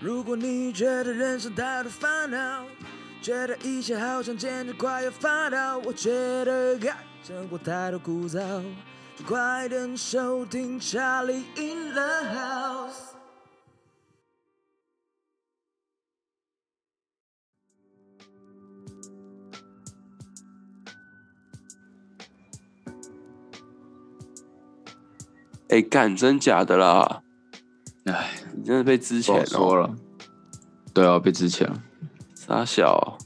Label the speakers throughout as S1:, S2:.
S1: 如果你觉得人生太多烦恼，觉得一切好像简直快要发抖，我觉得该生活太多枯燥，就快点收听《查理 in the house》。
S2: 哎、干，真假的啦？
S3: 哎，
S2: 你真的被之
S3: 不
S2: 前
S3: 好
S2: 哦、
S3: 说了。对啊，被之前了，
S2: 傻小，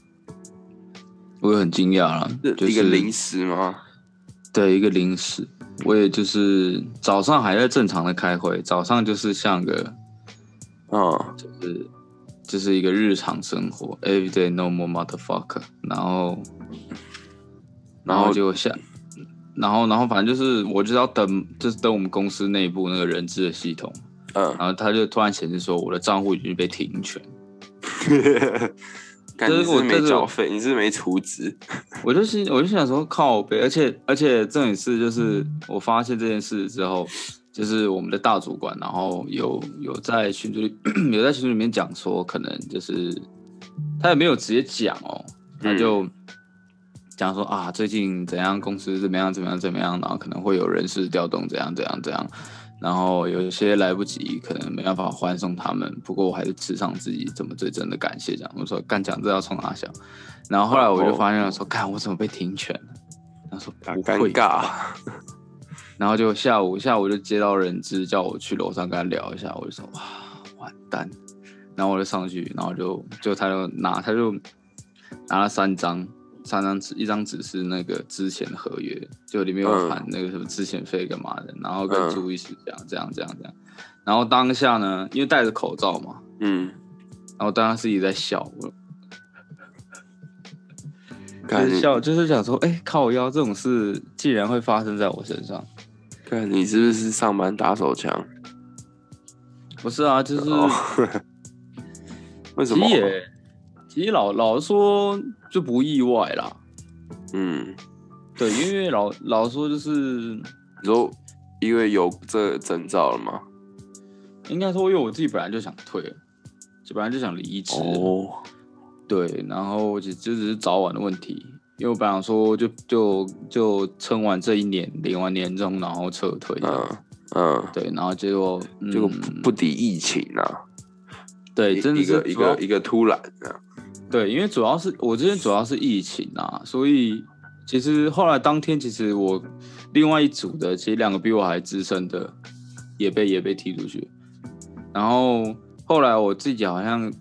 S3: 我也很惊讶啦，
S2: 是
S3: 就是
S2: 一个零食吗？
S3: 对一个零食，我也就是早上还在正常的开会，早上就是像个
S2: 嗯，
S3: 就是就是一个日常生活，everyday normal motherfucker，然后然后结果下，然后然后反正就是我就是要等，就是等我们公司内部那个人资的系统，
S2: 嗯，
S3: 然后他就突然显示说我的账户已经被停权，
S2: 感
S3: 这
S2: 觉
S3: 是我
S2: 是
S3: 这
S2: 没
S3: 是
S2: 缴
S3: 我
S2: 费，你是没储值？
S3: 我就是我就想说靠背，而且而且这件事就是我发现这件事之后，就是我们的大主管，然后有有在群组里 有在群组里面讲说，可能就是他也没有直接讲哦，他就讲说啊，最近怎样公司怎么样怎么样怎么样，然后可能会有人事调动怎样怎样怎样，然后有一些来不及，可能没办法欢送他们，不过我还是吃上自己怎么最真的感谢这样。我说干讲这要冲哪小，然后后来我就发现了说，干我怎么被停权了？他说
S2: 好
S3: 不
S2: 尴
S3: 会吧
S2: 尬，
S3: 然后就下午下午就接到人资叫我去楼上跟他聊一下，我就说哇完蛋，然后我就上去，然后就就他就拿他就拿了三张三张纸，一张纸是那个之前的合约，就里面有含那个什么之前费干嘛的，然后跟
S2: 嗯
S3: 注意事项这样这样这样，然后当下呢，因为戴着口罩嘛，
S2: 嗯，
S3: 然后当下自己在笑，我就
S2: 干
S3: 是
S2: 你，
S3: 笑就是想说，哎、靠腰这种事竟然会发生在我身上。
S2: 干你是不是上班打手枪？
S3: 不是啊，就是、
S2: 哦，为什
S3: 其
S2: 么
S3: 实？也，其实老老实说就不意外啦。
S2: 嗯，
S3: 对，因为老老实说就是，
S2: 你说因为有这个征兆了吗？
S3: 应该说，因为我自己本来就想退了，就本来就想离职。
S2: 哦，
S3: 对，然后就就只是早晚的问题。因为我本来想说就就就撑完这一年，领完年终，然后撤退这样子。
S2: 嗯嗯，
S3: 对，然后结果、嗯、
S2: 这个不不敌疫情啊，
S3: 对，
S2: 一
S3: 真的
S2: 一
S3: 是
S2: 个一
S3: 主要
S2: 个一个突然啊，
S3: 对，因为主要是我之前主要是疫情啊，所以其实后来当天其实我另外一组的，其实两个比我还资深的也被也被踢出去，然后后来我自己好像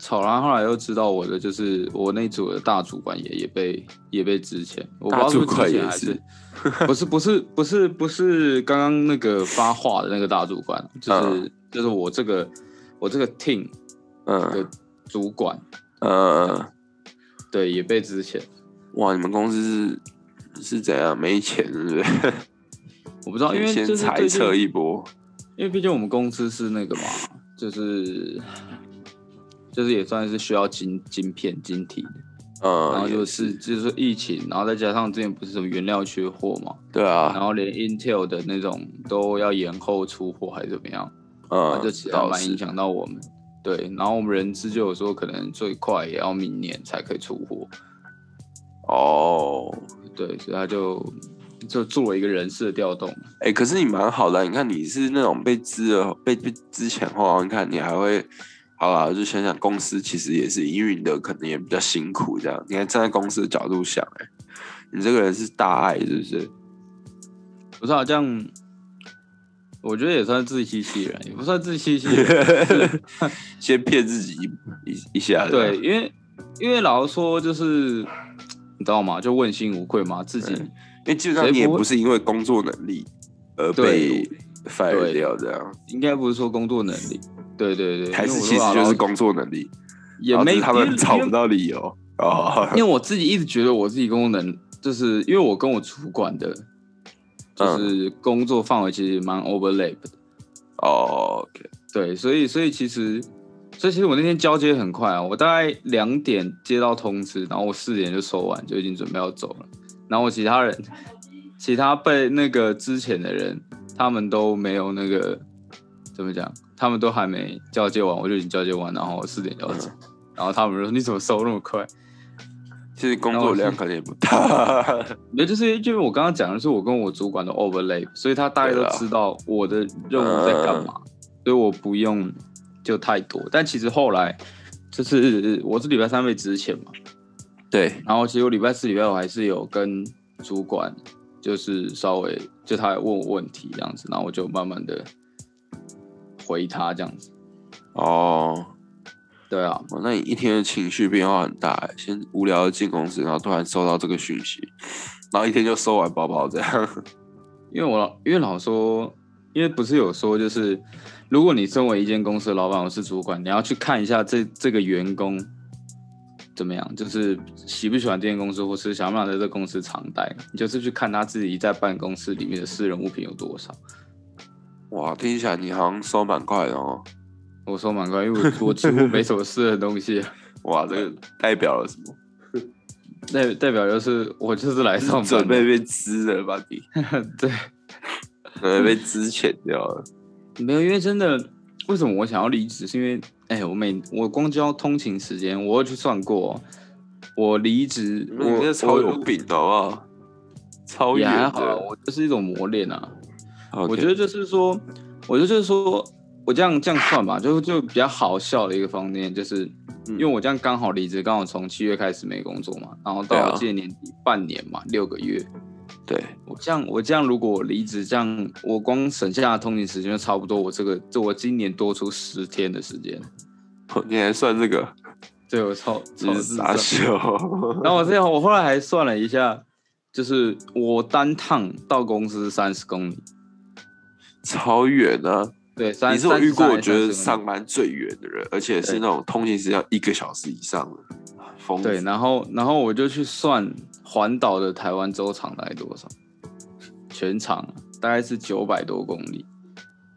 S3: 吵完，后来又知道我的就是我那组的大主管也也被也被之前，我不知道是不
S2: 大主管
S3: 是之
S2: 也
S3: 前还
S2: 是
S3: 是。不是不是不是不是刚刚那个发话的那个大主管，就是、
S2: 嗯
S3: 就是我这个我这个 team
S2: 嗯
S3: 的主管，
S2: 呃，
S3: 对也被之前。
S2: 哇，你们公司是是怎样没钱是不是？
S3: 我不知道，因为
S2: 先
S3: 就是
S2: 猜
S3: 最近
S2: 测一波，
S3: 因为毕竟我们公司是那个嘛，就是就是也算是需要晶晶片晶体的，
S2: 嗯，
S3: 然后就
S2: 也
S3: 是就是疫情，然后再加上之前不是什么原料缺货嘛，
S2: 对
S3: 然
S2: 啊，
S3: 后连 Intel 的那种都要延后出货还是怎么样，那
S2: 嗯，
S3: 就其实还
S2: 倒
S3: 蛮
S2: 是
S3: 影响到我们。对，然后我们人资就有说，可能最快也要明年才可以出货。
S2: 哦，
S3: 对，所以他就就做了一个人事的调动。
S2: 哎、可是你蛮好的啊，你看你是那种被知了被被之前后，你看你还会，好啦，就想想公司其实也是营运的，可能也比较辛苦这样。你还站在公司的角度想、欸，你这个人是大爱是不是？
S3: 不是啊，这样我觉得也算自欺欺人，也不算自欺 欺人。是
S2: 先骗自己一一一下，
S3: 对，，因为因为老实说，就是你知道吗？就问心无愧嘛，自己
S2: 对因为基本上
S3: 谁
S2: 你也
S3: 不会
S2: 不是因为工作能力而
S3: 对
S2: 被 fire
S3: 对
S2: 掉这样，
S3: 应该不是说工作能力，对对对，
S2: 还
S3: 因
S2: 是
S3: 为我
S2: 其
S3: 说
S2: 实
S3: 啊
S2: 就是
S3: 老
S2: 工作能力，
S3: 也
S2: 然后只
S3: 没
S2: 是他
S3: 因为
S2: 们找不
S3: 因为
S2: 到理由哦，
S3: 因为我自己一直觉得我自己工作能，就是因为我跟我主管的，
S2: 嗯
S3: 就是工作范围其实蛮 overlap 的。
S2: 哦，OK，
S3: 对，所以所以其实，所以其实我那天交接很快啊，我大概两点接到通知，然后我四点就收完，就已经准备要走了。然后我其他人，其他被那个之前的人，他们都没有那个怎么讲，他们都还没交接完，我就已经交接完，然后四点就要走，然后他们就说你怎么收那么快？
S2: 其实工作量可能也不 大，
S3: 没有，就是就是我刚刚讲的是我跟我主管的 overlap，所以他大概都
S2: 对啦
S3: 知道我的任务在干嘛，所以我不用就太多。但其实后来就是我是礼拜三被之前嘛，
S2: 对，
S3: 然后其实我礼拜四、礼拜五还是有跟主管就是稍微就他也问我问题这样子，然后我就慢慢的回他这样子。
S2: 哦，
S3: 对啊，
S2: 哇那你一天的情绪变化很大欸，先无聊的进公司，然后突然收到这个讯息，然后一天就收完包包这样。
S3: 因为我老因为老说，因为不是有说，就是如果你身为一间公司的老板，我是主管，你要去看一下这这个员工怎么样，就是喜不喜欢这间公司，或是想不想在这个公司长待，你就是去看他自己在办公室里面的私人物品有多少。
S2: 哇，听起来你好像收蛮快的哦。
S3: 我说蛮快，因为我我几乎没什么私人东西，
S2: 哇，这个代表了什么？
S3: 代代表就是我就 是来上
S2: 准
S3: 班
S2: 备
S3: 的，
S2: 被支了吧你？
S3: 对，
S2: 准备被支遣掉了。
S3: 没有，因为真的，为什么我想要离职？是因为，哎，我每我光交通勤时间，我有去算过哦，我离职，
S2: 你
S3: 我
S2: 这超
S3: 我
S2: 有病的好不好？超
S3: 也
S2: 远
S3: 还
S2: 的。
S3: 好啊，我就是一种磨练啊。
S2: OK
S3: 我觉得就是说，我觉得就是说我这样这样算吧，就就比较好笑的一个方面，就是
S2: 嗯
S3: 因为我这样刚好离职，刚好从七月开始没工作嘛，然后
S2: 对
S3: 到
S2: 啊
S3: 我今年底半年嘛，六个月，
S2: 对，
S3: 我这样，我这样，如果我离职，这样我光省下的通勤时间就差不多，我这个这我今年多出十天的时间，
S2: 你还算这个？
S3: 对我超超
S2: 这是
S3: 智障
S2: 傻。笑。
S3: 然后我这样，我后来还算了一下，就是我单趟到公司三十公里，
S2: 超远啊！
S3: 对，三
S2: 你是我遇过我觉得
S3: 上
S2: 上班最远的人，而且是
S3: 对
S2: 那种通勤时间要一个小时以上的疯子
S3: 对，然后然后我就去算环岛的台湾周长大概多少，全长啊大概是九百多公里。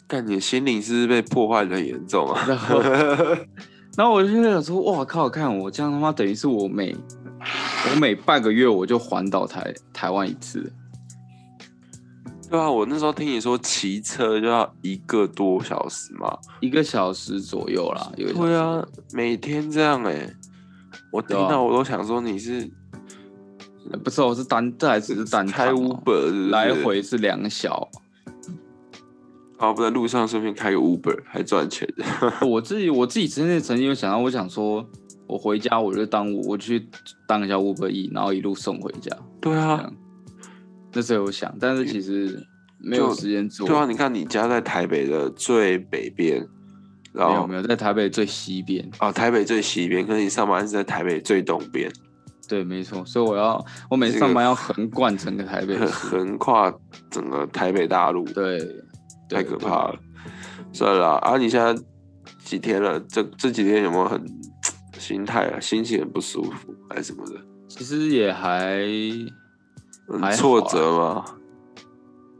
S2: 干你的心灵是不是被破坏的很严重啊！
S3: 然后，然后我就想说，哇靠！看我这样他妈等于是我每我每半个月我就环岛台台湾一次，
S2: 对啊，我那时候听你说骑车就要一个多小时嘛。
S3: 一个小时左右啦。有一
S2: 对
S3: 小时
S2: 啊，每天这样哎、我听
S3: 对啊
S2: 到我都想说你是
S3: 呃不是，我是单，这还只是单
S2: 开
S3: 趟
S2: 五
S3: 哦
S2: 本是不是
S3: 来回是两小。
S2: 啊，不然路上顺便开个 Uber 还赚钱。
S3: 我自己我自己真的曾经有想到，我想说，我回家我就当我去当一下 Uber E，然后一路送回家。
S2: 对
S3: 这
S2: 啊
S3: 样，那时候有想，但是其实没有
S2: 就
S3: 时间做。
S2: 对啊，你看你家在台北的最北边，然
S3: 没有
S2: 后
S3: 没有，在台北最西边。
S2: 啊台北最西边，可是你上班是在台北最东边，
S3: 对，没错，所以我要我每次上班要横贯整个台北
S2: 横
S3: 市，
S2: 横跨整个台北大陆，
S3: 对，
S2: 太
S3: 对
S2: 可怕。了。算了啊，啊你现在几天了？这这几天有没有很心态啊？心情很不舒服还是什么的？
S3: 对其实也还，还好啊
S2: 很挫折吗？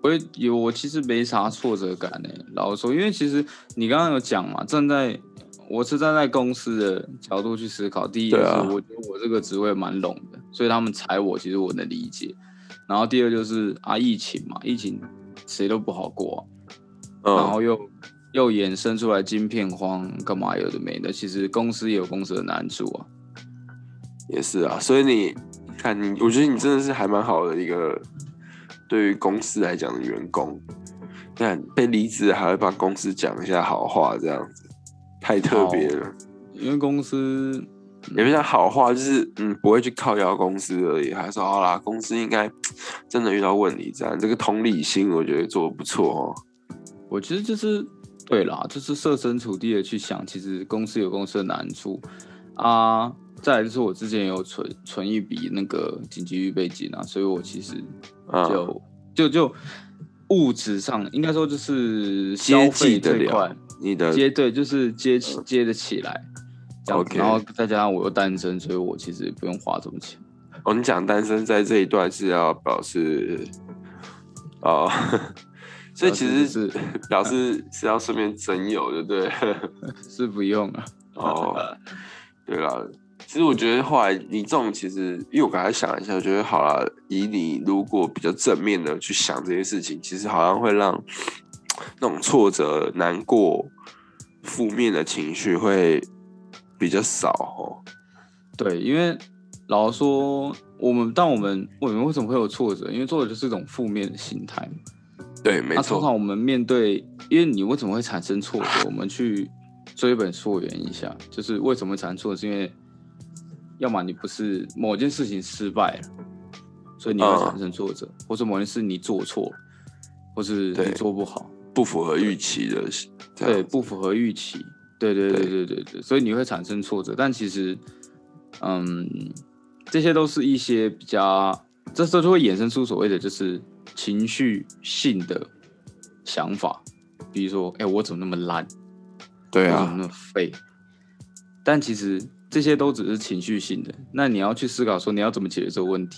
S3: 我也有我其实没啥挫折感呢、老实说，因为其实你刚刚有讲嘛，站在我是站在公司的角度去思考，第一就
S2: 对
S3: 是
S2: 啊
S3: 我觉得我这个职位蛮拢的，所以他们裁我，其实我能理解。然后第二就是啊，疫情嘛，疫情谁都不好过、啊，然
S2: 嗯，
S3: 后又又衍生出来晶片荒，干嘛有的没的。其实公司也有公司的难处啊。
S2: 也是啊。所以你看你，我觉得你真的是还蛮好的一个，对于公司来讲的员工。但被离职还会帮公司讲一下好话，这样子太特别了。
S3: 哦因为公司
S2: 也不讲好话，就是嗯，不会去靠摇公司而已，还说好啦，公司应该真的遇到问题这样，这个同理心我觉得做的不错哦。
S3: 我其实就是对啦，就是设身处地的去想，其实公司有公司的难处啊。再来就是我之前有存存一笔那个紧急预备金啊，所以我其实
S2: 啊、
S3: 就、就就物质上应该说就是消
S2: 接
S3: 费
S2: 济得
S3: 这一
S2: 了呃
S3: 块
S2: 你的
S3: 接对，就是接起接得起来。这样子
S2: OK
S3: 然后再加上我又单身，所以我其实不用花这么钱。
S2: 哦，你讲单身在这一段是要表示哦， 所以其实
S3: 是呃是
S2: 表示是要顺便征友，对不对？
S3: 是不用啊。
S2: 哦，对啦，其实我觉得后来你这种，其实因为我刚才想一下，我觉得好啦，以你如果比较正面的去想这些事情，其实好像会让那种挫折、难过，负面的情绪会比较少哦。
S3: 对，因为老实说，我们但我们我们为什么会有挫折？因为挫折就是一种负面的心态嘛。
S2: 对，没
S3: 那啊通
S2: 错，
S3: 常我们面对，因为你为什么会产生挫折？我们去追本溯源一下，就是为什么会产生挫折？是因为要么你不是某件事情失败了，所以你会
S2: 嗯
S3: 产生挫折，或者某件事你做错了，或是
S2: 对
S3: 你做不好，
S2: 不符合预期的，这
S3: 对，
S2: 样
S3: 不符合预期，对对对
S2: 对
S3: 对对对，所以你会产生挫折。但其实，嗯，这些都是一些比较，这这就会衍生出所谓的就是情绪性的想法，比如说，哎、我怎么那么烂？
S2: 对
S3: 我怎么
S2: 啊，
S3: 那么废？但其实这些都只是情绪性的，那你要去思考说你要怎么解决这个问题。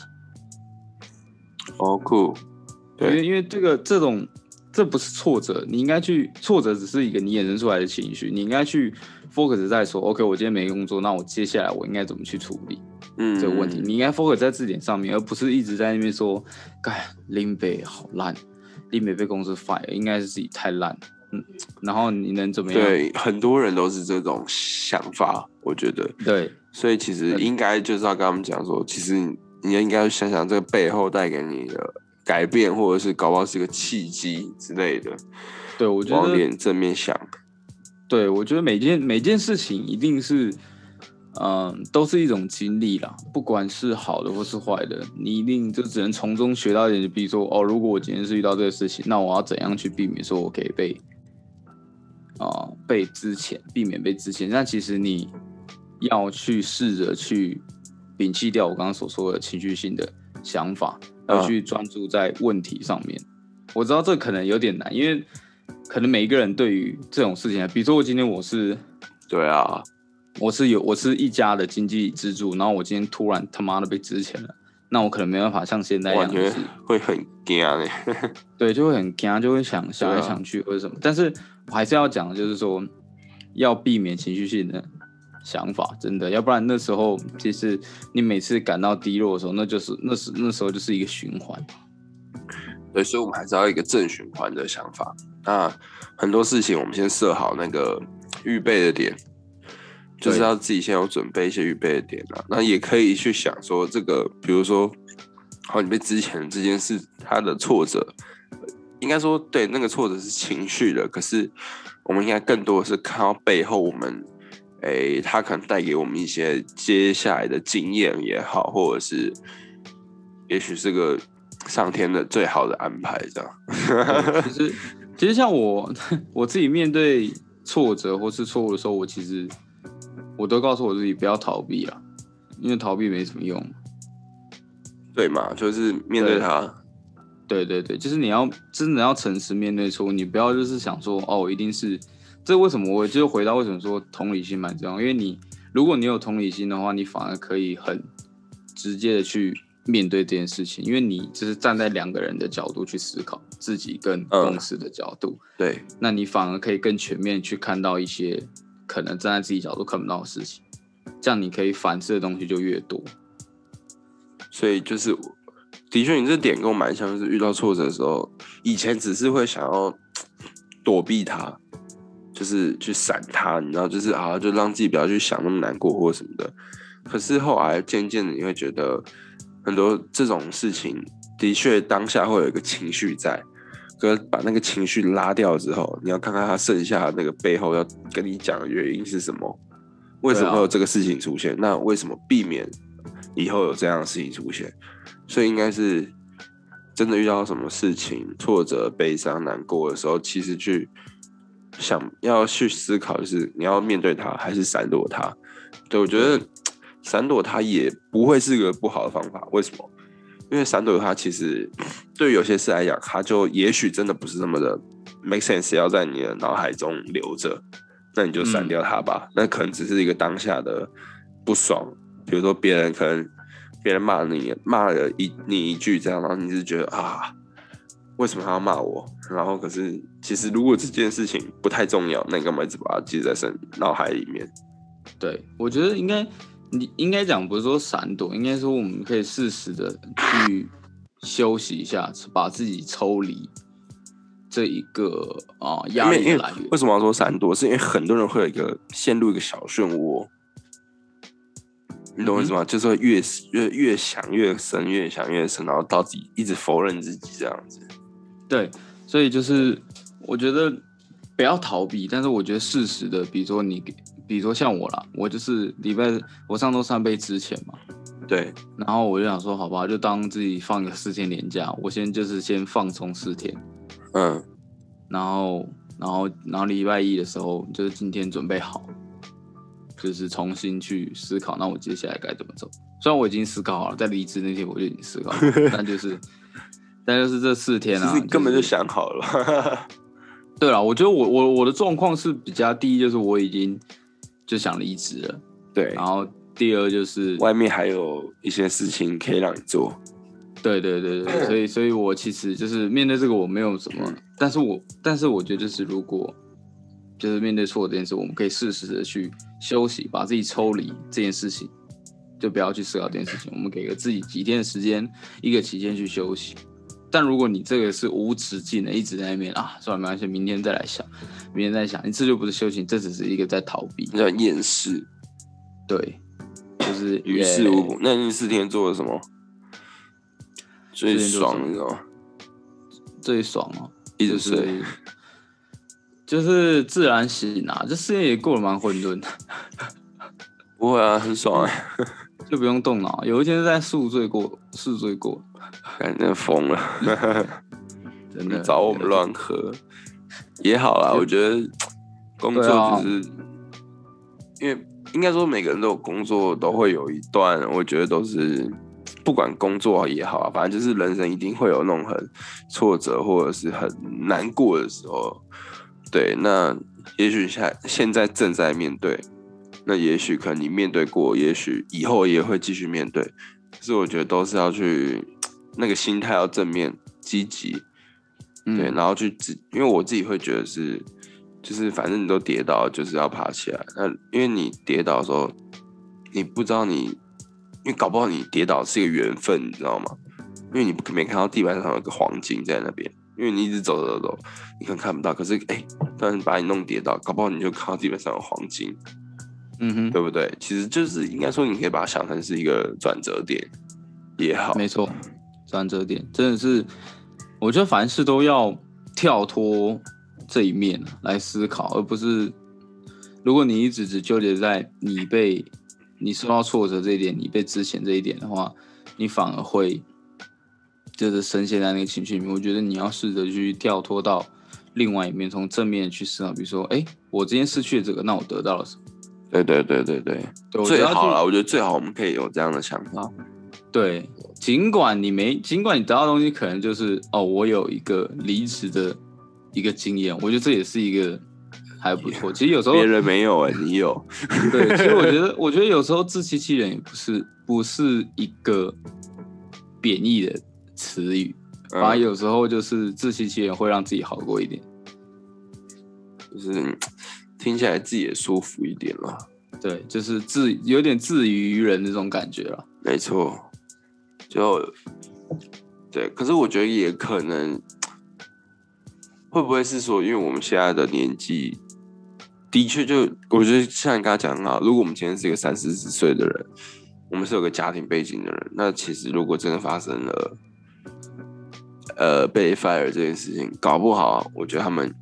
S2: 好酷，
S3: 因
S2: 对
S3: 为因为这个这种这不是挫折，你应该去挫折只是一个你衍生出来的情绪，你应该去 focus 在说，OK，我今天没工作，那我接下来我应该怎么去处理
S2: 嗯，
S3: 这个问题？你应该 focus 在字典上面，而不是一直在那边说，干林北好烂，林北被公司 fire，应该是自己太烂，嗯，然后你能怎么样？
S2: 对，很多人都是这种想法，我觉得，
S3: 对
S2: 所以其实应该就是要跟他们讲说，其实你你应该想想这个背后带给你的改变，或者是搞不好是一个契机之类的，
S3: 对，我觉
S2: 往
S3: 得
S2: 点正面想，
S3: 对，我觉得每件每件事情一定是，嗯、都是一种经历啦，不管是好的或是坏的，你一定就只能从中学到一点。比如说，哦，如果我今天是遇到这个事情，那我要怎样去避免说我可以被，啊、被之前避免被之前？那其实你要去试着去摒弃掉我刚刚所说的情绪性的想法，要
S2: 嗯
S3: 去专注在问题上面。我知道这可能有点难，因为可能每一个人对于这种事情，比如说我今天我是
S2: 对啊，
S3: 我是有我是一家的经济支柱，然后我今天突然他妈的被值钱了，那我可能没办法像现在一
S2: 完
S3: 样，就
S2: 全
S3: 是
S2: 会很惊啊嘞，
S3: 对，就会很惊，就会想想来
S2: 对啊
S3: 想去或者什么。但是我还是要讲，的就是说要避免情绪性的想法，真的，要不然那时候其实你每次感到低落的时候，那就是那是那时候就是一个循环。
S2: 对，所以我们还是要有一个正循环的想法。那很多事情我们先设好那个预备的点，就是
S3: 对
S2: 要自己先有准备一些预备的点啊。那也可以去想说，这个比如说，好，你被之前这件事它的挫折，应该说对那个挫折是情绪的，可是我们应该更多的是看到背后我们。诶，它可能带给我们一些接下来的经验也好，或者是，也许是个上天的最好的安排，这样。
S3: 其实，其实像我 我自己面对挫折或是错误的时候，我其实我都告诉我自己不要逃避啦，因为逃避没什么用。
S2: 对嘛，就是面对
S3: 对
S2: 它，
S3: 对对对，就是你要真的要诚实面对错误，你不要就是想说哦，我一定是这为什么？我就回到为什么说同理心蛮重要，因为你如果你有同理心的话，你反而可以很直接的去面对这件事情，因为你就是站在两个人的角度去思考，自己跟
S2: 嗯
S3: 公司的角度。
S2: 对
S3: 那你反而可以更全面去看到一些可能站在自己角度看不到的事情，这样你可以反思的东西就越多。
S2: 所以就是，的确，你这点跟我蛮像，就是遇到挫折的时候，以前只是会想要躲避它，就是去闪它，你知道，就是啊，就让自己不要去想那么难过或什么的。可是后来渐渐的，你会觉得很多这种事情的确当下会有一个情绪在，可是把那个情绪拉掉之后，你要看看他剩下的那个背后要跟你讲的原因是什么，为什么
S3: 对啊
S2: 会有这个事情出现？那为什么避免以后有这样的事情出现？所以应该是真的遇到什么事情、挫折、悲伤、难过的时候，其实去想要去思考，就是你要面对它还是闪躲它。对我觉得闪躲它也不会是个不好的方法。为什么？因为闪躲它其实对于有些事来讲，它就也许真的不是那么的 make sense，要在你的脑海中留着，那你就闪
S3: 嗯
S2: 掉它吧。那可能只是一个当下的不爽，比如说别人可能别人骂你骂了一你一句这样，然后你是觉得啊，为什么他要骂我？然后可是其实如果这件事情不太重要，那你干嘛一直把它记在身脑海里面？
S3: 对我觉得应该你应该讲不是说闪躲，应该说我们可以适时的去休息一下，把自己抽离这一个啊
S2: 因
S3: 压
S2: 为
S3: 力
S2: 因
S3: 的
S2: 为
S3: 来源。
S2: 为什么要说闪躲？是因为很多人会有一个陷入一个小漩
S3: 嗯
S2: 涡，你懂我意思吗？就是会越越越想越深，越想越深，然后到自己一直否认自己这样子。
S3: 对，所以就是我觉得不要逃避，但是我觉得适时的，比如说你给，比如说像我啦，我就是礼拜我上周三杯之前嘛，
S2: 对，
S3: 然后我就想说，好吧，就当自己放个四天年假，我先就是先放松四天，
S2: 嗯
S3: 然后然后然后礼拜一的时候，就是今天准备好，就是重新去思考，那我接下来该怎么走。虽然我已经思考好了，在离职那天我就已经思考好了，但就是但就是这四天
S2: 其
S3: 啊，
S2: 实你根本就是想好 了，
S3: 对了，我觉得我我我的状况是比较第一就是我已经就想离职了，
S2: 对
S3: 然，后第二就是
S2: 外面还有一些事情可以让你做。
S3: 对对对对，所以所以我其实就是面对这个我没有什
S2: 嗯
S3: 么，但是我但是我觉得就是如果就是面对错这件事，我们可以适时的去休息，把自己抽离这件事情，就不要去思考这件事情。我们给个自己几天的时间，一个期间去休息。但如果你这个是无止境的，一直在那边啊，算了，没关系，明天再来想，明天再想，你这就不是休息，这只是一个在逃避。
S2: 那叫厌世，
S3: 对，就是
S2: 于事无
S3: 呃
S2: 补。那你四天做了什么？最
S3: 四天做了
S2: 爽
S3: 什么
S2: 的时候，
S3: 最爽哦、
S2: 一
S3: 就
S2: 直睡。
S3: 是 就是自然醒啊，这世界也过得蛮混沌的，
S2: 不会啊， 很爽哎、
S3: 就不用动脑。有一天是在宿醉过，宿醉过，
S2: 感觉疯了。
S3: 真
S2: 你
S3: 的
S2: 找我们乱喝也好啦，我觉得工
S3: 对啊
S2: 作只是、因为应该说每个人都有工作，都会有一段，我觉得都是不管工作也好啊，反正就是人生一定会有那种很挫折或者是很难过的时候。对，那也许下现在正在面对，那也许可能你面对过，也许以后也会继续面对。可是我觉得都是要去那个心态要正面积极，
S3: 嗯
S2: 对，然后去自，因为我自己会觉得是，就是反正你都跌倒，就是要爬起来。那因为你跌倒的时候，你不知道你，因为搞不好你跌倒是一个缘分，你知道吗？因为你没看到地板上有个黄金在那边，因为你一直走走走走，你可能看不到，可是哎，突然把你弄跌倒，搞不好你就看到地板上有黄金，
S3: 嗯哼，
S2: 对不对？其实就是应该说，你可以把它想成是一个转折点也好，
S3: 没错，转折点真的是，我觉得凡事都要跳脱这一面来思考，而不是如果你一直只纠结在你被你受到挫折这一点，你被之前这一点的话，你反而会就是深陷在那个情绪里面。我觉得你要试着去跳脱到另外一面，从正面去思考，比如说，哎，我今天失去了这个，那我得到了什么？
S2: 对对对对对，
S3: 对我觉
S2: 最
S3: 得要去
S2: 好了，我觉得最好我们可以有这样的想法。
S3: 对，尽管你没，尽管你得到的东西可能就是哦，我有一个离职的一个经验，我觉得这也是一个还不错。其实有时候
S2: 别人没有哎、你有，
S3: 对， 其实我觉得，我觉得有时候自欺欺人也不是不是一个贬义的词语，
S2: 嗯
S3: 反而有时候就是自欺欺人会让自己好过一点。
S2: 就是嗯听起来自己也舒服一点了。
S3: 对，就是自有点自娱于人的这种感觉了。
S2: 没错，就对，可是我觉得也可能会不会是说，因为我们现在的年纪，的确就我觉得像你刚才讲啊，如果我们今天是一个三四十岁的人，我们是有个家庭背景的人，那其实如果真的发生了，呃，被 fire 这件事情，搞不好我觉得他们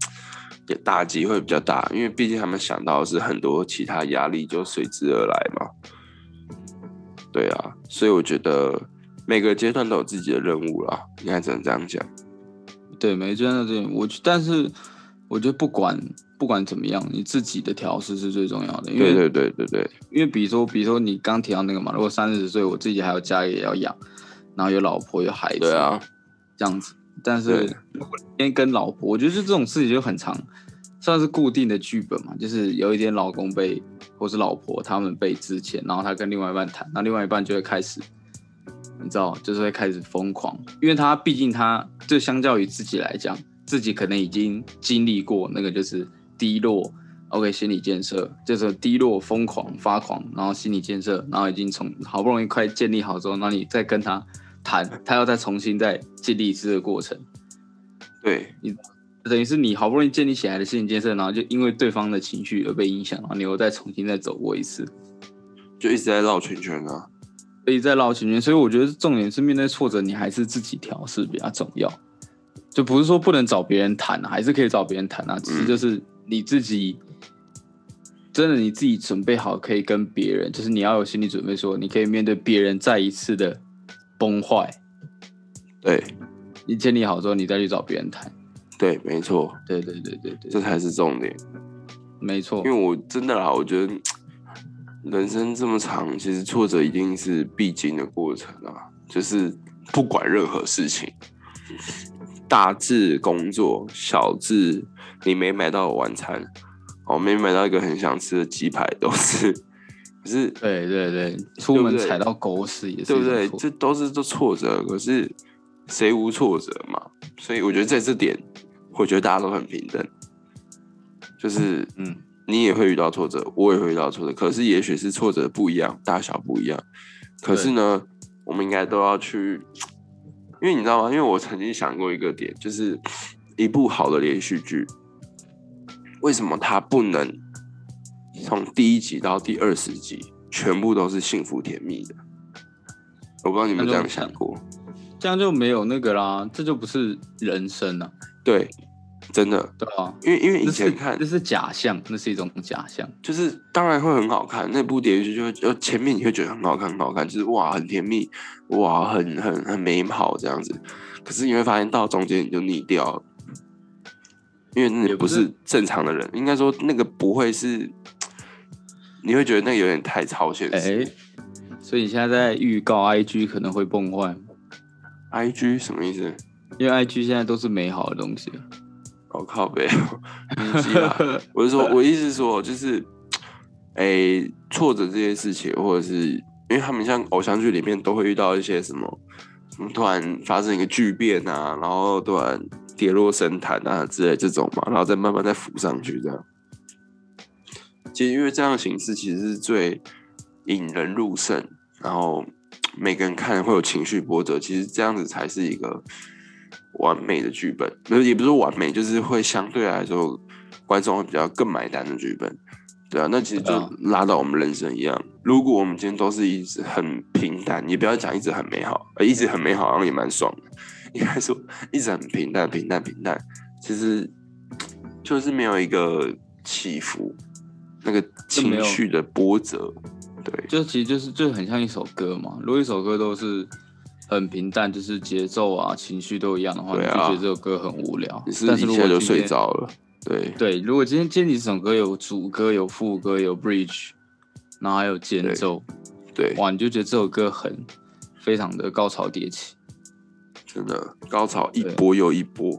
S2: 也打击会比较大，因为毕竟他们想到的是很多其他压力就随之而来嘛。对啊，所以我觉得每个阶段都有自己的任务啦，应该只能这样讲。
S3: 对，没真的对我，但是我觉得不管不管怎么样，你自己的调试是最重要的，因为
S2: 对对对对对，
S3: 因为比如说，比如说你刚提到那个嘛，如果三十岁，我自己还有家也要养，然后有老婆有孩子，
S2: 对啊，
S3: 这样子。但是
S2: 对
S3: 如果你今天跟老婆，我觉得就这种事情就很常，算是固定的剧本嘛，就是有一天老公被或是老婆他们被之前，然后他跟另外一半谈，那另外一半就会开始，你知道，就是会开始疯狂，因为他毕竟他就相较于自己来讲，自己可能已经经历过那个就是低落。OK，心理建设就是低落、疯狂、发狂，然后心理建设，然后已经从好不容易快建立好之后，那你再跟他谈，他要再重新再建立一次的过程。
S2: 对，
S3: 等于是你好不容易建立起来的心理建设，然后就因为对方的情绪而被影响，然后你又再重新再走过一次，
S2: 就一直在绕圈圈啊。
S3: 所以再绕圈圈。所以我觉得重点是面对挫折，你还是自己调试比较重要，就不是说不能找别人谈、啊，还是可以找别人谈啊，
S2: 嗯
S3: 只是就是你自己。真的，你自己准备好可以跟别人，就是你要有心理准备说你可以面对别人再一次的崩坏。
S2: 对
S3: 你建立好之后，你再去找别人谈。
S2: 对，没错，
S3: 对对对对对，
S2: 这才是重点。
S3: 没错
S2: 因为。我真的啦，我觉得人生这么长，其实挫折一定是必经的过程啊。就是不管任何事情，大至工作，小至你没买到晚餐，哦，没买到一个很想吃的鸡排，都是， 可是
S3: 对对对，出门
S2: 对不对
S3: 踩到狗屎也是
S2: 对
S3: 一
S2: 不对
S3: 种？错
S2: 这都是都挫折，可是谁无挫折嘛？所以我觉得在这点，我觉得大家都很平等，就是
S3: 嗯，
S2: 你也会遇到挫折，我也会遇到挫折，可是也许是挫折不一样，大小不一样。可是呢，我们应该都要去，因为你知道吗？因为我曾经想过一个点，就是一部好的连续剧，为什么它不能从第一集到第二十集全部都是幸福甜蜜的？我不知道你们这样想过，
S3: 这样就没有那个啦，这就不是人生了、啊，
S2: 对，真的，
S3: 对吧、
S2: 因为因为以
S3: 这是
S2: 前看
S3: 这是假象，那是一种假象。
S2: 就是当然会很好看，那部电视剧就会就前面你会觉得很好看，很好看，就是哇很甜蜜，哇很很很美好这样子。可是你会发现到中间你就腻掉了，因为你
S3: 也不
S2: 不
S3: 是
S2: 是正常的人，应该说那个不会是，你会觉得那个有点太超现
S3: 哎、
S2: 实。
S3: 所以你现在在预告 IG 可能会崩坏，
S2: I G 什么意思？
S3: 因为 IG 现在都是美好的 东西。
S2: 我、靠北，哦你记啊！我是说，我意思是说，就是，哎、挫折这些事情，或者是因为他们像偶像剧里面都会遇到一些什么，什么突然发生一个巨变啊，然后突然跌落神坛啊之类这种嘛，然后再慢慢再浮上去这样。其实因为这样的形式其实是最引人入胜，然后每个人看会有情绪波折，其实这样子才是一个完美的剧本，不是也不是完美，就是会相对来说观众会比较更买单的剧本。对啊，那其实
S3: 对
S2: 就
S3: 啊
S2: 拉到我们人生一样，如果我们今天都是一直很平淡，也不要讲一直很美好，呃，一直很美好好像也蛮爽的， 应该说一直很平淡、平淡、平淡，其实就是没有一个起伏，那个
S3: 没
S2: 情
S3: 有
S2: 绪的波折，对，
S3: 就其实就是就很像一首歌嘛。如果一首歌都是很平淡，就是节奏啊、情绪都一样的话，
S2: 对啊
S3: 你就觉得这首歌很无聊。
S2: 你是
S3: 但
S2: 不
S3: 是
S2: 是
S3: 如
S2: 一
S3: 果
S2: 下就
S3: 今
S2: 睡
S3: 天。
S2: 着了，对
S3: 对，如果今天今天你这首歌有主歌、有副歌、有 bridge，然后还有间奏，
S2: 对，
S3: 哇，你就觉得这首歌很非常的高潮迭起。
S2: 真的高潮一
S3: 对
S2: 波又一波，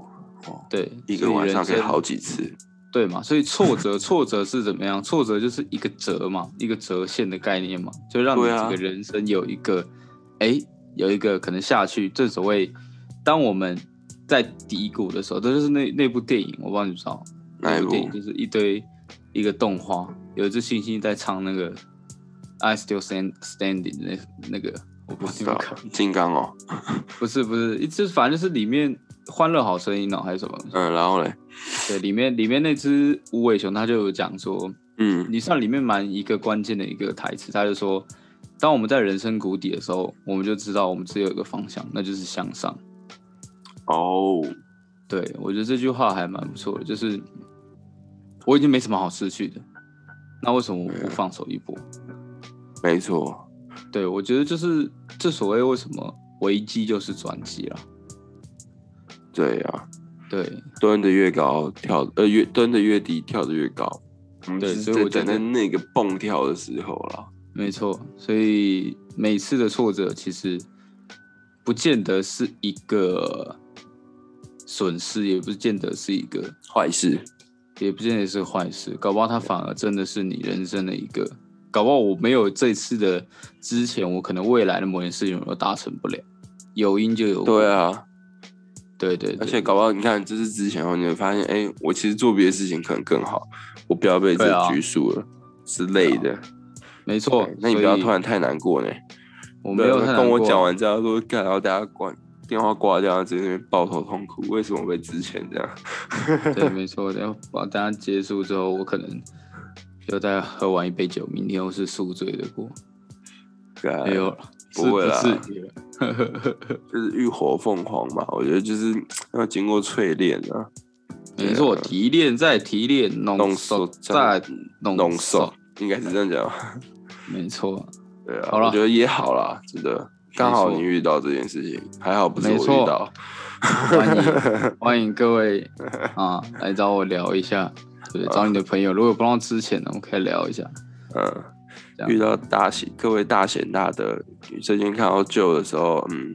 S2: 哦，
S3: 对，
S2: 一
S3: 所
S2: 个
S3: 以
S2: 晚上
S3: 人
S2: 可以
S3: 生
S2: 好几次，
S3: 对嘛？所以挫折，挫折是怎么样？挫折就是一个折嘛，一个折线的概念嘛，就让你
S2: 对啊
S3: 整个人生有一个，哎、有一个可能下去。正所谓，当我们在低谷的时候，这就是那那部电影，我不知道你知道，
S2: 哪
S3: 那
S2: 一
S3: 部
S2: 部
S3: 电影就是一堆一个动画，有一只猩猩在唱那个《I Still Stand Standing》那那个，我
S2: 不
S3: 不知
S2: 知
S3: 道
S2: 道，金刚哦，
S3: 不是不是，就是反正就是里面《欢乐好声音》哦，还是什么？
S2: 嗯，然后嘞，
S3: 对，里面里面那只无尾熊，它就有讲说。
S2: 嗯，
S3: 你上里面蛮一个关键的一个台词，他就说，当我们在人生谷底的时候，我们就知道我们只有一个方向，那就是向上。
S2: 哦，
S3: 对我觉得这句话还蛮不错的，就是我已经没什么好失去的，那为什么我不放手一搏？
S2: 没错，
S3: 对我觉得就是这所谓为什么危机就是转机了。
S2: 对啊，
S3: 对
S2: 蹲的越高，跳呃越蹲的越低，跳的越高，我们
S3: 对
S2: 就是
S3: 嗯所以我
S2: 在
S3: 觉得
S2: 在那个蹦跳的时候啦，
S3: 没错，所以每次的挫折其实不见得是一个损失，也不见得是一个
S2: 坏事，
S3: 也不见得是坏事，搞不好它反而真的是你人生的一个，搞不好我没有这次的之前，我可能未来的某件事情我都达成不了，有因就有果
S2: 对，啊，
S3: 对对对，
S2: 而且搞不好你看，这是之前后，你会发现，哎、我其实做别的事情可能更好，我不要被
S3: 对
S2: 这
S3: 啊
S2: 拘束了、之类的。哎
S3: 没错
S2: 对，那你不要
S3: 所以
S2: 突然太难过呢。
S3: 我没有
S2: 对啊
S3: 太难
S2: 跟我
S3: 过
S2: 讲，完之后说，干，然后大家关电话挂掉，直接抱头痛哭，为什么被之前这样？
S3: 对，没错。等把等下结束之后，我可能又再喝完一杯酒，明天又是宿醉的过。
S2: 干
S3: 没有了，
S2: 哎不会啦
S3: 啦。是不至于了
S2: 啊 就是浴火凤凰嘛，我觉得就是要经过淬炼啊，
S3: 没错，提炼再提炼，
S2: 浓
S3: 浓
S2: 缩
S3: 缩
S2: 这样
S3: 再浓
S2: 浓缩，应该是这样讲吧。
S3: 没错，
S2: 对啊，
S3: 好啦
S2: 我觉得也好啦，真的。刚好
S3: 没
S2: 你
S3: 错
S2: 遇到这件事情，还好不是我
S3: 没错
S2: 遇到。
S3: 欢迎 欢迎各位啊来找我聊一下，对，找你的朋友，如果不让之前呢，我们可以聊一下。
S2: 嗯
S3: 这，样
S2: 遇到大喜，各位大贤大德，最近看到救的时候，嗯，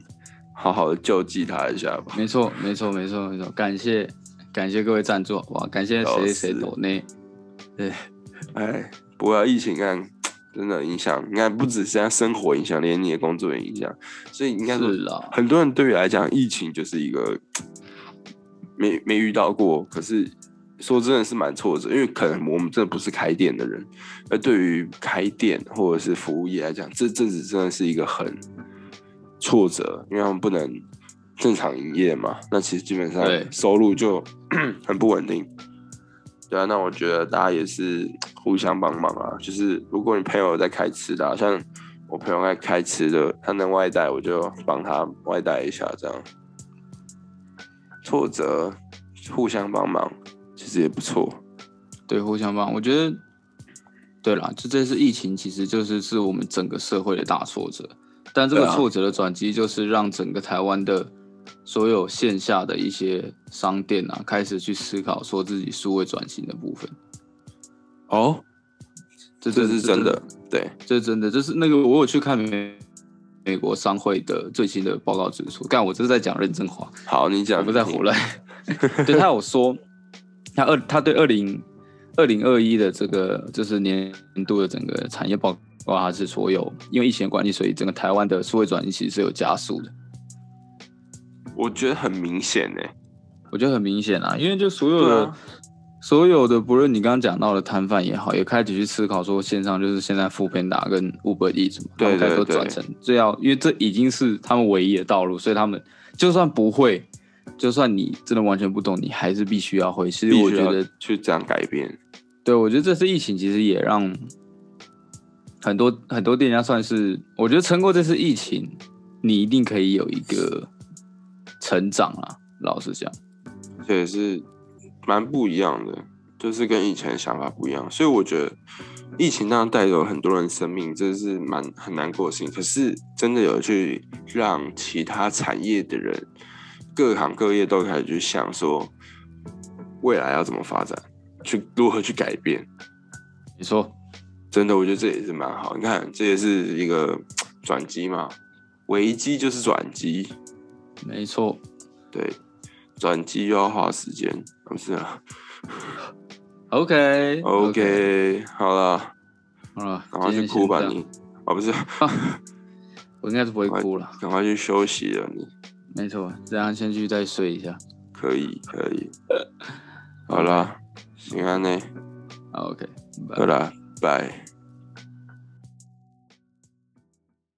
S2: 好好的救济他一下吧。
S3: 没错，没错，没错，没错，感谢感谢各位赞助，好不好？感谢谁谁
S2: 哦都是
S3: 抖内，对，
S2: 哎，不要疫情看，真的影响，你看不只是他生活影响，连你的工作也影响，所以应该说
S3: 是啦，
S2: 很多人对于来讲，疫情就是一个没没遇到过，可是说真的是蛮挫折，因为可能我们真的不是开店的人，而呃对于开店或者是服务业来讲，这阵子真的是一个很挫折，因为他们不能正常营业嘛，那其实基本上
S3: 对
S2: 收入就 很不稳定。对啊，那我觉得大家也是互相帮忙啊。就是如果你朋友在开吃的啊、像我朋友在开吃的，他能外带，我就帮他外带一下，这样。挫折，互相帮忙，其实也不错。
S3: 对，互相帮，我觉得，对啦，就这次疫情，其实就是是我们整个社会的大挫折，但这个
S2: 对啊
S3: 挫折的转机，就是让整个台湾的所有线下的一些商店啊，开始去思考说自己数位转型的部分，
S2: 哦，
S3: 这
S2: 这是真的，对，
S3: 这真的就是那个我有去看美美国商会的最新的报告指出，干我这是在讲认真话，
S2: 好，你
S3: 我
S2: 讲，
S3: 不在胡乱。 对他有说，他二他对二零二零二一的这个就是年度的整个产业报告，他是说有因为疫情的关系，所以整个台湾的数位转型其实是有加速的。
S2: 我觉得很明显欸呢、
S3: 我觉得很明显啊，因为就所有
S2: 对
S3: 的、
S2: 啊
S3: 所有的，不论你刚刚讲到的摊贩也好，也开始去思考说线上就是现在富平达跟 Uber E 什么，
S2: 对
S3: 他们开始都
S2: 对对
S3: 转成这样，因为这已经是他们唯一的道路，所以他们就算不会，就算你真的完全不懂，你还是必须要会。其实
S2: 必
S3: 我
S2: 须
S3: 觉
S2: 要
S3: 得
S2: 去这样改变，
S3: 对，我觉得这次疫情其实也让很多很多店家算是，我觉得撑过这次疫情，你一定可以有一个成长啊。老实讲，
S2: 而且是蛮不一样的，就是跟以前想法不一样。所以我觉得疫情当然带走了很多人生命，这是蛮很难过的事情。可是真的有去让其他产业的人，各行各业都开始去想说，未来要怎么发展，去如何去改变。
S3: 你说
S2: 真的，我觉得这也是蛮好。你看，这也是一个转机嘛，危机就是转机，
S3: 没错，
S2: 对，转机又要花时间，不是啊
S3: OK
S2: ？OK，好了，
S3: 好了，
S2: 赶快
S3: 今
S2: 去
S3: 天
S2: 哭吧
S3: 先这样
S2: 你，哦不是，
S3: 我应该是不会哭了，
S2: 赶快去休息了你，
S3: 没错，这样先去再睡一下。
S2: 可以可 以，好啦，行安呢，
S3: 好 OK，拜
S2: 好啦，拜。